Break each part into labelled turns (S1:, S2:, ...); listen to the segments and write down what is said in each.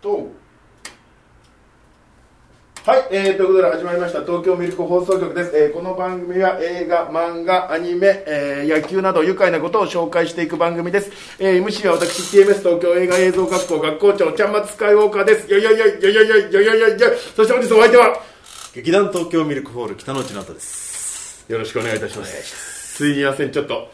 S1: とはい、えー、ということで始まりました東京ミルク放送局です、えーこの番組は映画漫画アニメ、えー野球など愉快なことを紹介していく番組です、えー MC は私 TMS 東京映画映像学校学校長ちゃんまつスカイウォーカーですよいよいよいよいよいよいよいよいよいよそして本日お相手は
S2: 劇団東京ミルクホール北の内直人です
S1: よろしくお願いいたしますすいませんちょっと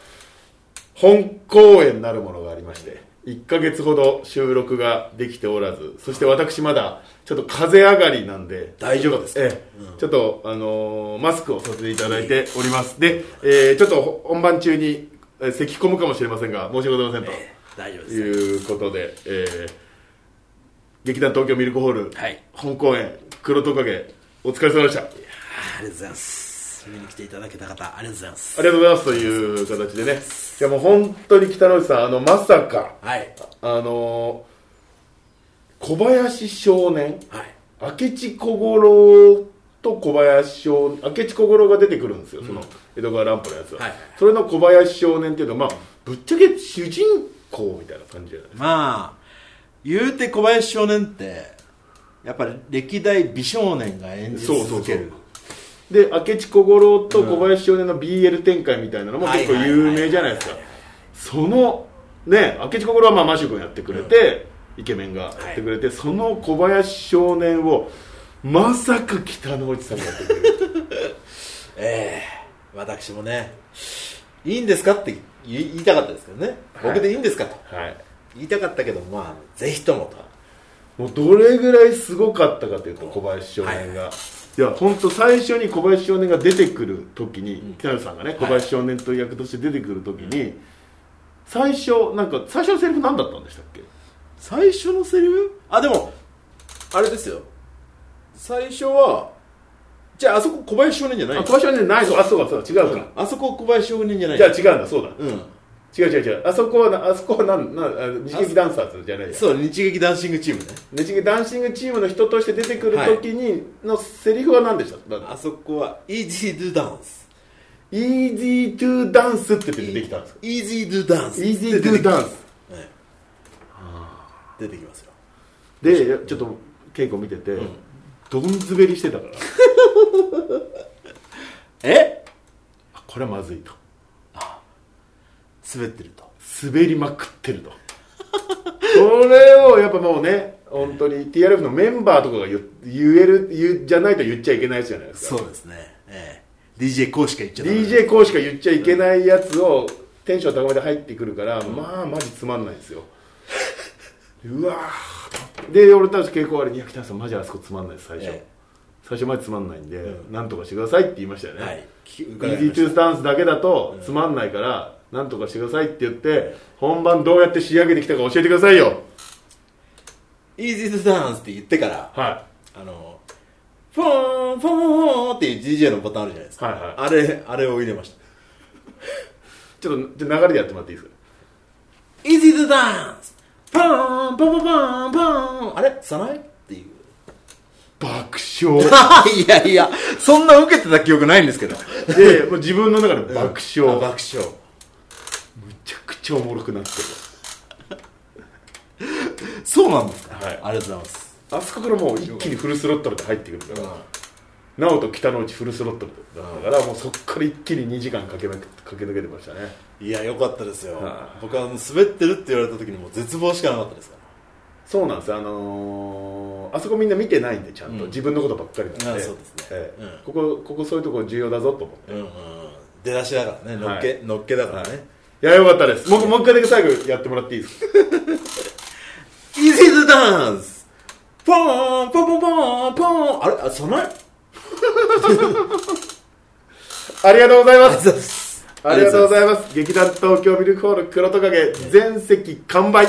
S1: 本公演なるものがありまして1ヶ月ほど収録ができておらずそして私まだちょっと風上がりなんで
S2: 大丈夫ですか
S1: ええちょっと、あのーマスクをさせていただいておりますで、えーちょっとほ本番中にえー咳き込むかもしれませんが申し訳ございませんと、
S2: 大丈夫です
S1: いうことで、えー劇団東京ミルクホール、
S2: はい
S1: 本公演黒トカゲお疲れ様でした
S2: ありがとうございます見に来ていただけた方ありがとうございます
S1: ありがとうございますという形でね、いやもう本当に北の内さん、あのまさか、
S2: はい
S1: あのー小林少年、
S2: はい
S1: 明智小五郎と小林少明智小五郎が出てくるんですよ、その江戸川乱歩のやつは、
S2: はい
S1: それの小林少年っていうのは、まあ、ぶっちゃけ主人公みたいな感じじゃない
S2: まあ言うて小林少年ってやっぱり歴代美少年が演じ
S1: そうそうそう
S2: 続ける
S1: で明智小五郎と小林少年の BL 展開みたいなのも
S2: はい
S1: 結構有名じゃないですかそのね明智小五郎はまあマシュ君やってくれて、イケメンがやってくれて、その小林少年をまさか北の内さんがやってく れる
S2: ええ私もねいいんですかって言い言いたかったですけどね
S1: はい
S2: 僕でいいんですかと
S1: はい
S2: 言いたかったけどまあぜひともと
S1: もうどれぐらいすごかったかというと小林少年が、、
S2: はい
S1: や本当最初に小林少年が出てくる時に、北野さんがね小林少年という役として出てくる時に、最初なんか最初のセリフ何だったんでしたっけ
S2: 最初のセリフあでもあれですよ最初はじゃああそこ小林少年じゃない
S1: あ小林少年ないぞあそうかそうか違うか、
S2: あそこ小林少年じゃない
S1: じゃあ違うんだそうだ、
S2: うん
S1: 違う違う違うあそこはなあそこはなんなあ日劇ダンサーズじゃないや
S2: そう日劇ダンシングチームね
S1: 日劇ダンシングチームの人として出てくる時にのセリフは何でした、
S2: あそこは Easy do dance
S1: イージートゥーダンスって出てきたんですか
S2: Easy do dance
S1: イージートゥーダンス
S2: 出てきますよ
S1: でちょっと稽古見てて、どん滑りしてたから
S2: え
S1: あこれはまずいと
S2: 滑ってると
S1: 滑りまくってるとそれをやっぱもうね本当に TRF のメンバーとかが言う言える言うじゃないと言っちゃいけないやつじゃないですか
S2: そうですねええ DJ こうしか言っちゃダメ
S1: DJ こうしか言っちゃいけないやつをテンション高めで入ってくるから、まあマジつまんないですようわーで俺たち稽古終わりに「いや北野さんマジあそこつまんないです最初、
S2: ええ
S1: 最初マジつまんないんで、なんとかしてください」って言いましたよね、
S2: はいき
S1: イ
S2: 伺い
S1: ー
S2: ま
S1: ジー
S2: し
S1: ト
S2: た
S1: ゥースタンスだけだとつまんないから、なんとかしてくださいって言って本番どうやって仕上げてきたか教えてくださいよ
S2: Easy do dance って言ってから
S1: は
S2: あのフォーンフォーンっていう DJ のボタンあるじゃないですか、
S1: はいはい
S2: あれあれを入れました
S1: いちょっとじゃあ流れでやってもらっていいですか
S2: Easy to dance! パーンパパパーンパーンあれさないっていう。
S1: 爆 笑
S2: いやいや、そんな受けてた記憶ないんですけど。
S1: でもう自分の中で爆
S2: あ
S1: 笑
S2: 爆笑。
S1: めちゃくちゃおもろくなってる
S2: そうなんですか、
S1: はい
S2: ありがとうございます。
S1: あそこからもう一気にフルスロットルで入ってくるから、なおと北の内フルスロットルだったから、もうそっから一気に2時間かけなく駆け抜けてましたね
S2: いや、よかったですよ
S1: は。
S2: 僕はあの滑ってるって言われた時にもう絶望しかなかったですか
S1: そうなんですあのーあそこみんな見てないんでちゃんと、
S2: うん
S1: 自分のことばっかりなん
S2: あ
S1: で
S2: そうですね
S1: ええ
S2: うん
S1: ここここそういうとこ重要だぞと思って、
S2: ら。うんうん。出だしだからね、のっけ、
S1: はい
S2: のっけだからね。
S1: いやよかったですもうもう一回だけ最後やってもらっていいですか
S2: Easy to dance! ポーンポポポーンポーンあれあ、そない
S1: ありがとうございま
S2: ありがと
S1: す
S2: うございます。
S1: ありがとうございます。劇団東京ミルクホール黒トカゲ全席完売。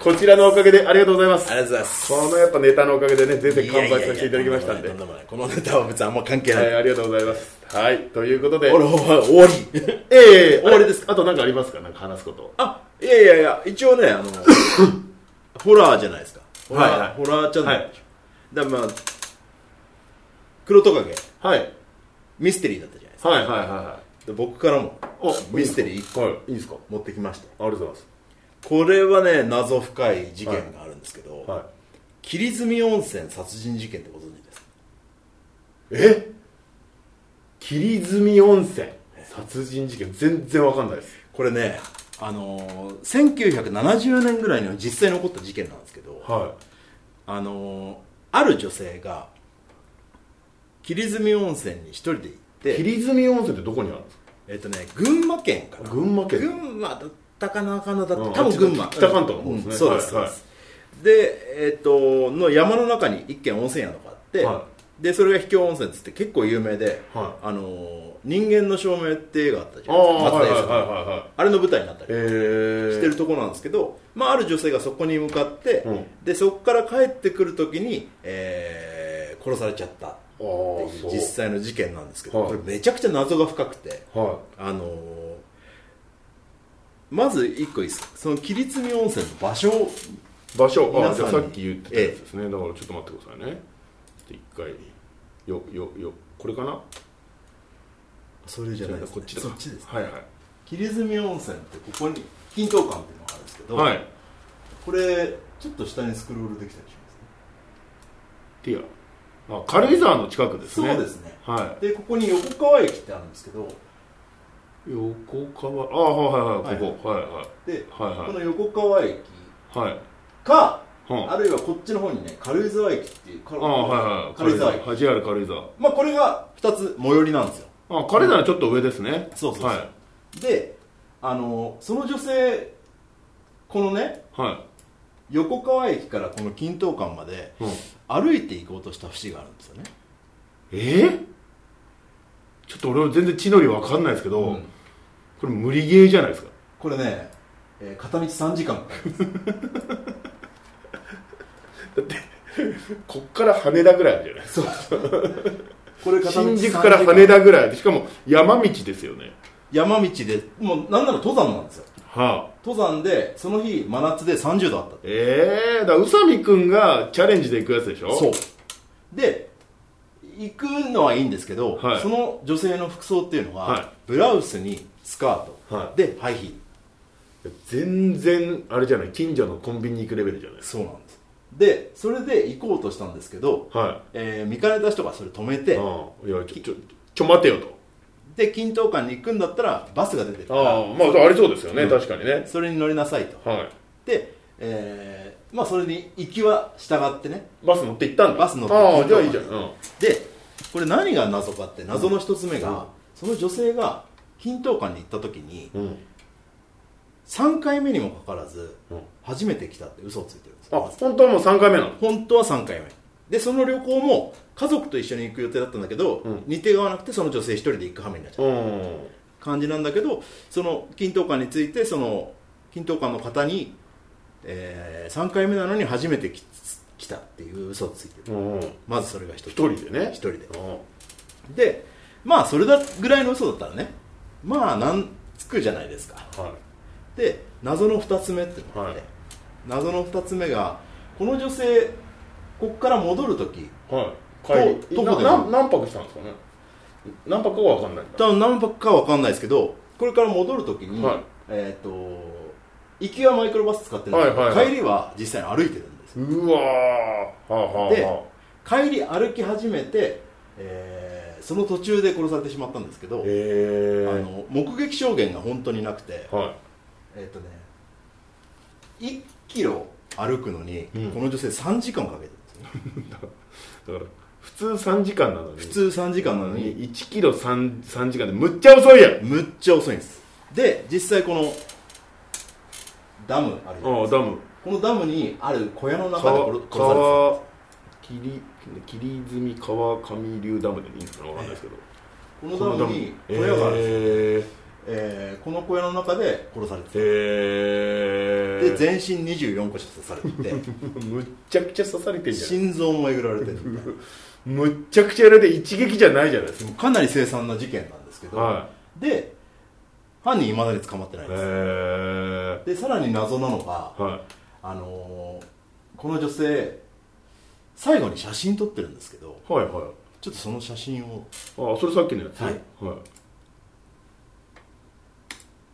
S1: こちらのおかげでありがとうございます
S2: あ。りがとうございます。
S1: このやっぱネタのおかげでね、全席完売させていただきましたんで。
S2: いやいやいやとんでもないとんでもないこのネタは別にあんま関係ない
S1: はい、。ありがとうございます。はい、ということで、
S2: 俺は終わり
S1: ええ
S2: 終わりです
S1: あと何かありますかなんか話すこと。
S2: あいやいやいや一応ねあ のホラーじゃないですかホラー、
S1: はいはい
S2: ホラーチャンネル、
S1: はい
S2: だからまあ黒トカゲ
S1: はい、
S2: ミステリーだったじゃないです
S1: はい、はい、は
S2: かで僕からも
S1: い。お
S2: ミステリー一個
S1: はい、いいですか
S2: 持ってきまして
S1: ありがとうございます。
S2: これはね謎深い事件があるんですけど、
S1: は
S2: 霧積温泉殺人事件ってご存知ですか
S1: え霧積温泉殺人事件全然わかんないです
S2: これね、あのー1970年ぐらいには実際に起こった事件なんですけど、
S1: は
S2: あのーある女性が霧積温泉に一人で行っ
S1: い
S2: て、
S1: 霧積温泉ってどこにあるんですか
S2: えっとね、群馬県から
S1: 群馬県
S2: 群馬だったかなかなだった、
S1: うん
S2: 多分群馬
S1: あっちの北関東の方ですね
S2: うんそうです、
S1: はいはい
S2: そうですでえっとの山の中に一軒温泉宿があって、
S1: は
S2: でそれが秘境温泉っつって結構有名で、
S1: は
S2: あのー人間の証明」って映画あったじ
S1: あ
S2: ゃ
S1: あ
S2: ないで
S1: はい
S2: すか松田
S1: はいはいは
S2: 優作
S1: いはい
S2: あれの舞台になったり
S1: え
S2: してる
S1: ー、
S2: ところなんですけど、まあ、ある女性がそこに向かって、
S1: うん
S2: でそこから帰ってくるときに、えー殺されちゃったって
S1: あ
S2: いう
S1: あ
S2: 実際の事件なんですけど、
S1: はい
S2: これめちゃくちゃ謎が深くて、
S1: そうは
S2: あのーまず一個いいですかその霧積温泉の場所を
S1: い場所あ
S2: 皆
S1: じ
S2: さん
S1: ゃあ
S2: に
S1: さっき言ってたやつですね、だからちょっと待ってくださいねちょっと一回よよよこれかな
S2: それじゃないです、ね、
S1: こっちだ
S2: そっちです
S1: はいはい
S2: 霧積温泉ってここに金刀館っていうのがあるんですけど、
S1: はい
S2: これちょっと下にスクロールできたりしますね
S1: ティアあ軽井沢の近くですね
S2: そうですね
S1: は
S2: でここに横川駅ってあるんですけど
S1: い横川ああはいはいはい
S2: はい
S1: ここはいはい
S2: で、
S1: はいはい
S2: この横川駅
S1: はい、
S2: か
S1: うん、
S2: あるいはこっちの方にね軽井沢駅っていうか
S1: ああはいはい
S2: 軽井沢駅
S1: はい JR 軽井沢
S2: まあこれが2つ最寄りなんですよ
S1: あ軽井沢のちょっと上ですね
S2: そうそうそう
S1: はい
S2: であのその女性このね
S1: は
S2: 横川駅からこの金東館まで
S1: い、うん、
S2: 歩いて行こうとした節があるんですよね、
S1: えー、ちょっと俺は全然地のりわかんないですけど、
S2: うん
S1: これ無理ゲーじゃないですか
S2: これね、えー片道3時間かかるんです
S1: こっから羽田ぐらいあるじゃないですか
S2: これ片道3
S1: 新
S2: 時
S1: 宿
S2: 間
S1: から羽田ぐらいしかも山道ですよね
S2: 山道でもうなんなら登山なんですよ
S1: はあ
S2: 登山でその日真夏で30度あったって
S1: ええー、だから宇佐美くんがチャレンジで行くやつでしょ
S2: そうで行くのはいいんですけど、
S1: はい
S2: その女性の服装っていうのが、
S1: はい
S2: ブラウスにスカート、
S1: はい
S2: でハイヒール
S1: 全然あれじゃない近所のコンビニ行くレベルじゃないです
S2: そうなんですでそれで行こうとしたんですけど、
S1: かは
S2: えー見かねた人がそれ止め
S1: い
S2: て、
S1: うんいやちょちょちょ待てよと
S2: で金東館に行くんだったらバスが出てるか
S1: ああ
S2: ら
S1: まあありそうですよね、
S2: うん
S1: 確かにね
S2: それに乗りなさいと
S1: は
S2: で、えーまあ、それに行きは従ってね
S1: いバス乗って行ったんだ
S2: バス乗って
S1: ああじゃあいいじゃん、うん、
S2: でこれ何が謎かって謎の一つ目が、その女性が金東館に行った時に
S1: うん
S2: 3回目にもかかわらず、
S1: うん
S2: 初めて来たって嘘をついてるんです
S1: あ
S2: よ
S1: 本当はもう3回目なの
S2: 本当は3回目でその旅行も家族と一緒に行く予定だったんだけど、
S1: うん
S2: 日程が合わなくてその女性一人で行く羽目になっちゃっ
S1: うん
S2: た感じなんだけどその金東館についてその金東館の方に、え3回目なのに初めて来来たっていう嘘をついてる
S1: うん
S2: まずそれが一つ
S1: 一人でね
S2: 一人で
S1: うん
S2: でまあそれだぐらいの嘘だったらねまあなんつくじゃないですか
S1: は
S2: で謎の2つ目ってのがあって、
S1: はい
S2: 謎の2つ目がこの女性こっから戻る時
S1: いはい
S2: と
S1: 帰り
S2: どこで
S1: なな何泊したんですかね何泊かは分かんないんだ
S2: 多分何泊かわかんないですけどこれから戻る時に、
S1: はい
S2: えっ、と行きはマイクロバス使ってるんですけど、
S1: はいはいはい
S2: 帰りは実際に歩いてるんですよ
S1: うわーはあはあは
S2: 帰り歩き始めて、えーその途中で殺されてしまったんですけ
S1: あ
S2: ど、
S1: へ
S2: あの目撃証言が本当になくて
S1: えは
S2: えっ、とね1キロ歩くのに、
S1: うん
S2: この女性3時間かけてるんですよ
S1: いだから普通3時間なのに
S2: 普通3時間なのに
S1: 1キロ 3, 3時間でむっちゃ遅いやん
S2: むっちゃ遅いんですで実際このダムあるじゃな
S1: あ
S2: いで
S1: あ
S2: すか
S1: ダム
S2: このダムにある小屋の中で
S1: 川
S2: 殺殺されてた
S1: 川霧霧積川上流ダムでいいのかなわかんないですけど
S2: このダムに小屋があるん
S1: へ
S2: ですよ、えーこの小屋の中で殺されて
S1: え
S2: て
S1: へえ
S2: で全身24個射殺されて て
S1: むっちゃくちゃ刺されてるじゃん
S2: 心臓もえぐられてる みたい
S1: むっちゃくちゃやられて一撃じゃないじゃないです
S2: なかなり凄惨な事件なんですけ
S1: か
S2: ど、
S1: は
S2: で犯人いまだに捕まってない
S1: い
S2: ん
S1: へ
S2: です、
S1: え
S2: でさらに謎なのが、
S1: は
S2: あのーこの女性最後に写真撮ってるんですけど
S1: いはいはい
S2: ちょっとその写真を
S1: ああそれさっきのやつ
S2: はい
S1: はい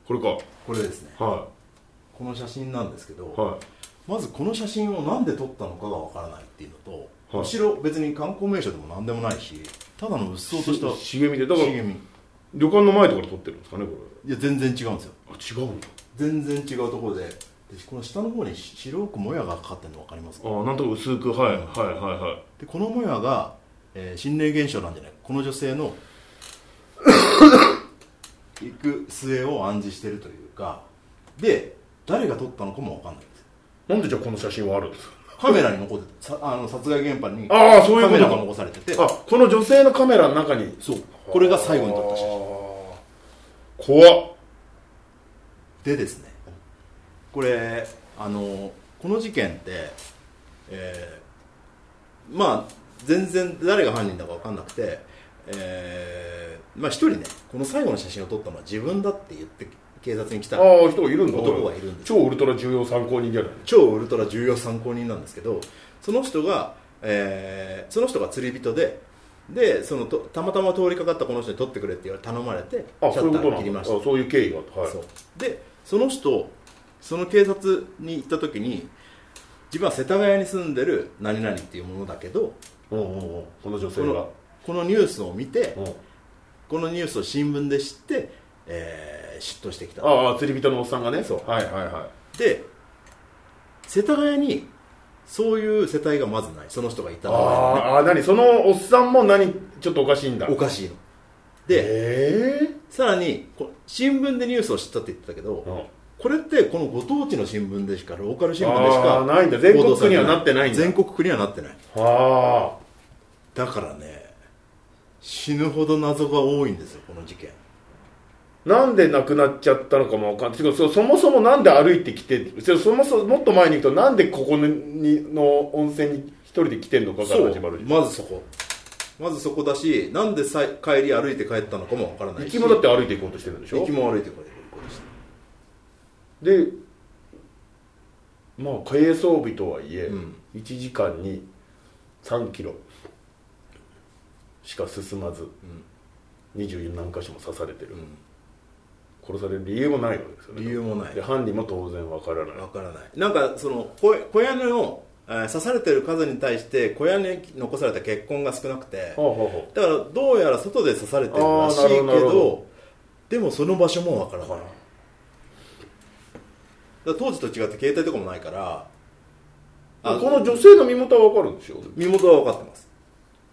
S1: これか
S2: これですね
S1: は
S2: この写真なんですけど、
S1: いは
S2: まずこの写真をなんで撮ったのかがわからないっていうのと、
S1: はい
S2: 後ろ別に観光名所でも何でもないしただのうっそうとした
S1: し茂みでだから
S2: 茂み
S1: 旅館の前とかで撮ってるんですかねこ
S2: いや全然違うんですよ
S1: れあ違うんだ
S2: 全然違うところででこの下の方に白くもやがかかってるの分かりますか
S1: ああなんとなく薄くはいはいはいはい
S2: でこのもやが、えー心霊現象なんじゃないこの女性の 行く末を暗示してるというかで誰が撮ったのかも分かんないです
S1: なんでじゃあこの写真はあるんですか
S2: カメラに残ってたさあの殺害現場にカ
S1: ああそういうこ
S2: メ
S1: と
S2: ラ
S1: か
S2: が残されてて
S1: あこの女性のカメラの中に
S2: そうこれが最後に撮った写真
S1: 真怖っ
S2: でですねこれあのこの事件って、えーまあ全然誰が犯人だか分かんなくて、えーまあ、一人ねこの最後の写真を撮ったのは自分だって言って警察に来た
S1: ああ人がいるんだ
S2: 男がいるんです
S1: 超ウルトラ重要参考人じゃない
S2: 超ウルトラ重要参考人なんですけどその人が、えーその人が釣り人ででそのとたまたま通りかかったこの人に撮ってくれって言われ頼まれてシ
S1: あ
S2: ャ
S1: そういう
S2: ッタ
S1: こと
S2: ーを
S1: な
S2: 切り
S1: んだ
S2: ま
S1: あ
S2: した
S1: そういう経緯があったはい
S2: そうでその人その警察に行った時に自分は世田谷に住んでる何々っていうものだけど
S1: うんうんうんこの女
S2: こ
S1: 性が
S2: のこのニュースを見て
S1: うん
S2: このニュースを新聞で知って、えー嫉妬してきた
S1: ああ釣り人のおっさんがね
S2: そう
S1: はいはいは
S2: で世田谷にそういう世帯がまずないその人がい
S1: い
S2: たのは、
S1: ああ何そのおっさんも何ちょっとおかしいんだ
S2: おかしいので
S1: ええ
S2: さらにこ新聞でニュースを知ったって言ってたけど
S1: うん
S2: これってこのご当地の新聞でしかローカル新聞でし
S1: あ
S2: か
S1: あないんだ全国区には
S2: 報道され
S1: なってないんだ
S2: 全国区にはなってない
S1: ああ
S2: だからね死ぬほど謎が多いんですよこの事件
S1: なんで亡くなっちゃったのかもわかんないてかそそもそもなんで歩いてきてそそもそももっと前に行くとなんでここにの温泉に一人で来てんのかが始まるじゃん
S2: まずそこまずそこだしなんでさ帰り歩いて帰ったのかもわからない
S1: 行
S2: し
S1: きもだって歩いていこうとしてるんでし
S2: 行
S1: ょ
S2: きも歩いて帰ることして
S1: でまあ軽装備とはいえ、
S2: うん
S1: 1時間に3キロしか進まず24何箇所も刺されてる、
S2: うん
S1: 殺される理由もないわけですよね
S2: 理由もない
S1: で犯人も当然わからない
S2: わからないなんかその小小屋根の、えー刺されてる数に対して小屋根に残された血痕が少なくて
S1: ほうほうほ
S2: だからどうやら外で刺されてるらしい
S1: あーな
S2: け
S1: るほどなるほ
S2: ど
S1: ど
S2: でもその場所もわからない
S1: わからな
S2: だか
S1: い
S2: ら当時と違って携帯とかもないからあ
S1: うこの女性の身元はわかるんでしょ
S2: 身元は分かってます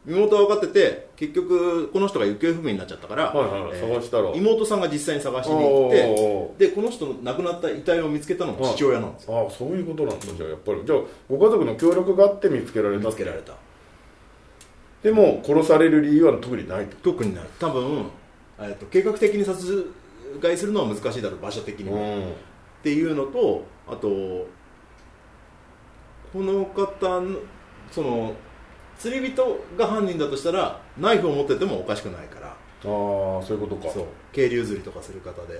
S2: 身元は分かってて結局この人が行方不明になっちゃったから、
S1: はいはい探したら
S2: 妹さんが実際に探しに行って
S1: おーお
S2: でこの人の亡くなった遺体を見つけたのも父親なんですよ
S1: ああそういうことなんだじゃあやっぱりじゃあご家族の協力があって見つけられた
S2: 見つけられた
S1: でも殺される理由は特にないと
S2: 特にない多分、えー、と計画的に殺害するのは難しいだろう場所的にも、
S1: ん
S2: っていうのとあとこの方のその釣り人が犯人だとしたらナイフを持っててもおかしくないから
S1: ああそういうことか
S2: そう渓流釣りとかする方で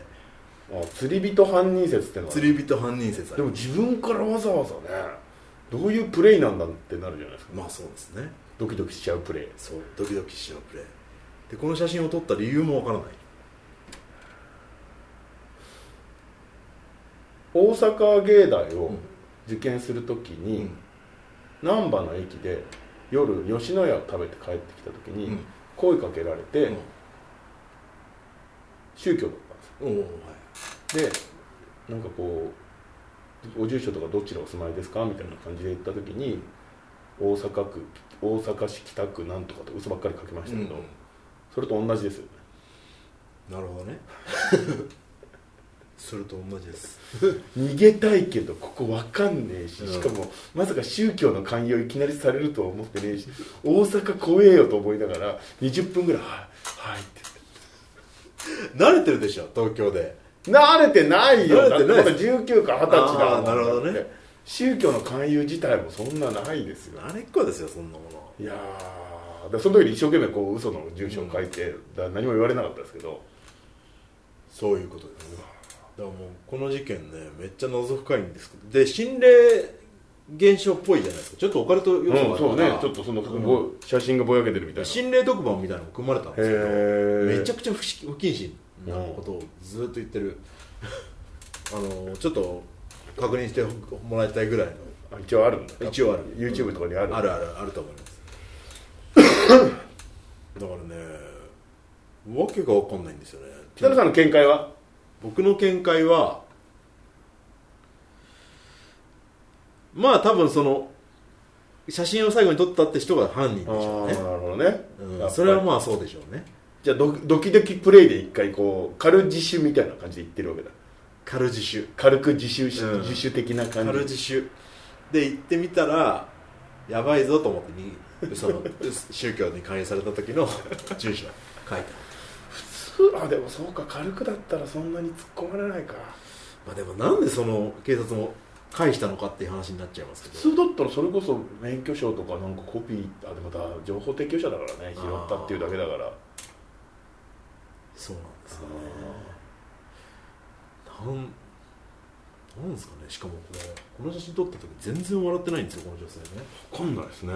S1: あ釣り人犯人説ってのは
S2: 釣り人犯人説あ
S1: で
S2: る
S1: も自分からわざわざねどういうプレイなんだってなるじゃないですか
S2: まあそうですね
S1: ドキドキしちゃうプレイ
S2: そうドキドキしちゃうプレーでこの写真を撮った理由もわからない
S1: 大阪芸大を
S2: うん
S1: 受験するとき
S2: う
S1: に
S2: ん
S1: 難波の駅で夜吉野家を食べて帰ってきたとき
S2: う
S1: に
S2: ん
S1: 声かけられて宗教だったんですよ
S2: う
S1: でな
S2: んうんはい
S1: んかこう「お住所とかどちらお住まいですか?」みたいな感じで言った時に大阪区大阪市北区なんとかと嘘ばっかり書きましたけど、
S2: うん
S1: それと同じですよね
S2: なるほ どねそれと同じです
S1: 逃げたいけどここわかんねえし、
S2: うん
S1: しかもまさか宗教の勧誘いきなりされるとは思ってねえし大阪怖えよと思いながら20分ぐらい「はい」はいって
S2: 慣れてるでしょ東京で
S1: 言って慣れてないよ
S2: 慣
S1: だ
S2: れ
S1: ってて
S2: ない
S1: まだ19か20歳だ
S2: あーなるほどね
S1: だって宗教の勧誘自体もそんなないですよ
S2: 慣れっこですよそんなもの
S1: いやーだからその時に一生懸命こう嘘の住所を書いて、だから何も言われなかったですけど
S2: そういうことですだからもうこの事件ねめっちゃ謎深いんですけどで心霊現象っぽいじゃないですかちょっとオカルト要素がある
S1: そう
S2: から、
S1: ねちょっとその、
S2: うん
S1: ぼ写真がぼやけてるみたいな
S2: 心霊特番みたいなのも組まれたんですけど
S1: へえ
S2: めちゃくちゃ不 思議不謹慎なことをずっと言ってる、あのちょっと確認してもらいたいぐらい
S1: あ一応あるんだ
S2: の一応ある
S1: YouTube とかにある
S2: あるあるあると思います だからねわけがわかんないんですよね
S1: 北野さんの見解は
S2: 僕の見解はまあ多分その写真を最後に撮ったって人が犯人でし
S1: ああなる
S2: ょ
S1: ほど
S2: うね、
S1: ね、
S2: う
S1: やっぱ
S2: ん、
S1: り
S2: それはまあそうでしょうね
S1: じゃあドキドキドキプレイで一回こう軽自習みたいな感じで言ってるわけだ
S2: 軽自主
S1: 軽く自習し、
S2: うん
S1: 自習的な感
S2: 軽
S1: じ
S2: 自主で行ってみたらやばいぞと思ってにその 宗教に勧誘された時 の住所書いた
S1: ふあでもそうか軽くだったらそんなに突っ込まれないか
S2: まあでもなんでその警察も返したのかっていう話になっちゃいますけど
S1: 普通だったらそれこそ免許証とかなんかコピーあでもだ情報提供者だからね拾ったっていうだけだから
S2: そうなんですよねなんなんですかねしかもこれこの写真撮った時全然笑ってないんですよこの女性ね、
S1: 分かんないですね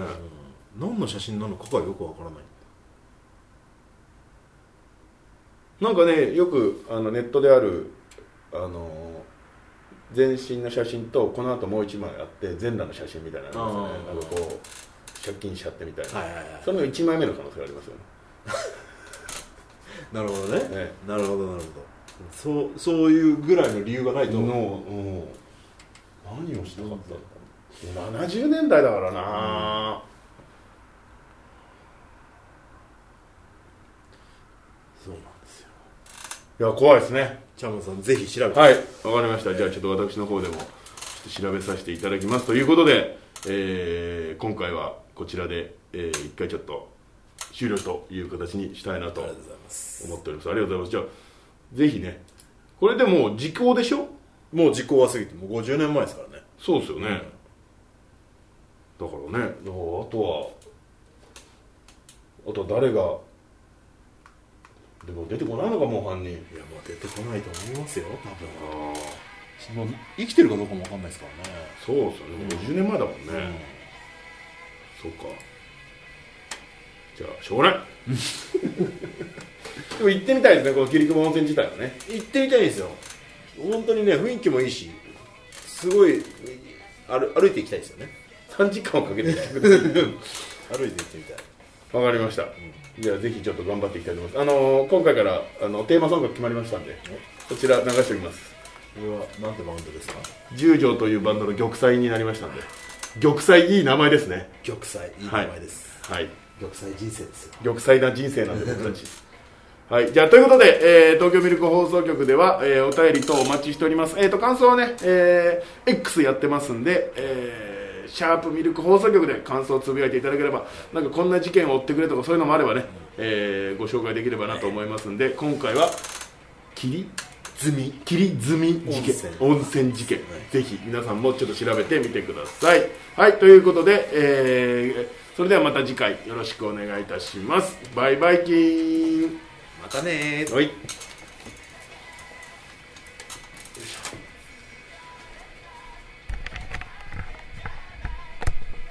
S2: うん、何の写真なのかがよくわからない
S1: なんかねよくあのネットであるあの全身の写真とこの後もう一枚あって全裸の写真みたいなのありますよねなんかこう借金しちゃってみたいな、
S2: はいはいはい
S1: それの1枚目の可能性がありますよね
S2: なるほどね、
S1: え
S2: なるほどなるほどそうそういうぐらいの理由がないと
S1: の、うん、何をしたかったの70年代だからな、
S2: そうなんですよ
S1: いや怖いですね
S2: チャームさんぜひ調べて、
S1: はいわかりましたじゃあちょっと私の方でもちょっと調べさせていただきますということで、えー今回はこちらで、えー一回ちょっと終了という形にしたいな
S2: あり
S1: と
S2: がとうございます
S1: 思っておりますありがとうございますじゃあぜひねこれでもう時効でしょ
S2: もう時効は過ぎてもう50年前ですからね
S1: そうですよね、だからねだからあとはあとは誰がでも出てこないのかもう犯人
S2: いやもう出てこないと思いますよ多分
S1: あ
S2: もう生きてるかどうかもわかんないですからね
S1: そうですよね、50年前だもんね、そうかじゃあしょう がないでも行ってみたいですねこの霧雲温泉自体はね
S2: 行ってみたいんですよ本当にね雰囲気もいいしすごい歩歩いていきたいですよね
S1: 3時間をかけて行ってくれ
S2: 歩いて行ってみたい
S1: わかりました、じゃあぜひちょっと頑張っていきたいと思いますあのー今回からあのテーマソングが決まりましたんでこちら流しておきます
S2: これはなんてバンドですか
S1: 十条というバンドの玉砕になりましたんで玉砕いい名前ですね
S2: 玉砕いい名前です、
S1: はい
S2: 玉砕人生ですよ
S1: 玉砕な人生なんで僕たちはいじゃあということで、えー東京ミルク放送局では、えーお便り等お待ちしておりますえっ、と感想はね、えー X やってますんでえーシャープミルク放送局で感想をつぶやいていただければなんかこんな事件を追ってくれとかそういうのもあればね、えーご紹介できればなと思いますんで今回は霧積み霧積み事件温泉事件、ぜひ皆さんもちょっと調べてみてくださいはいということで、えーそれではまた次回よろしくお願いいたしますバイバイキーン
S2: またねー
S1: はい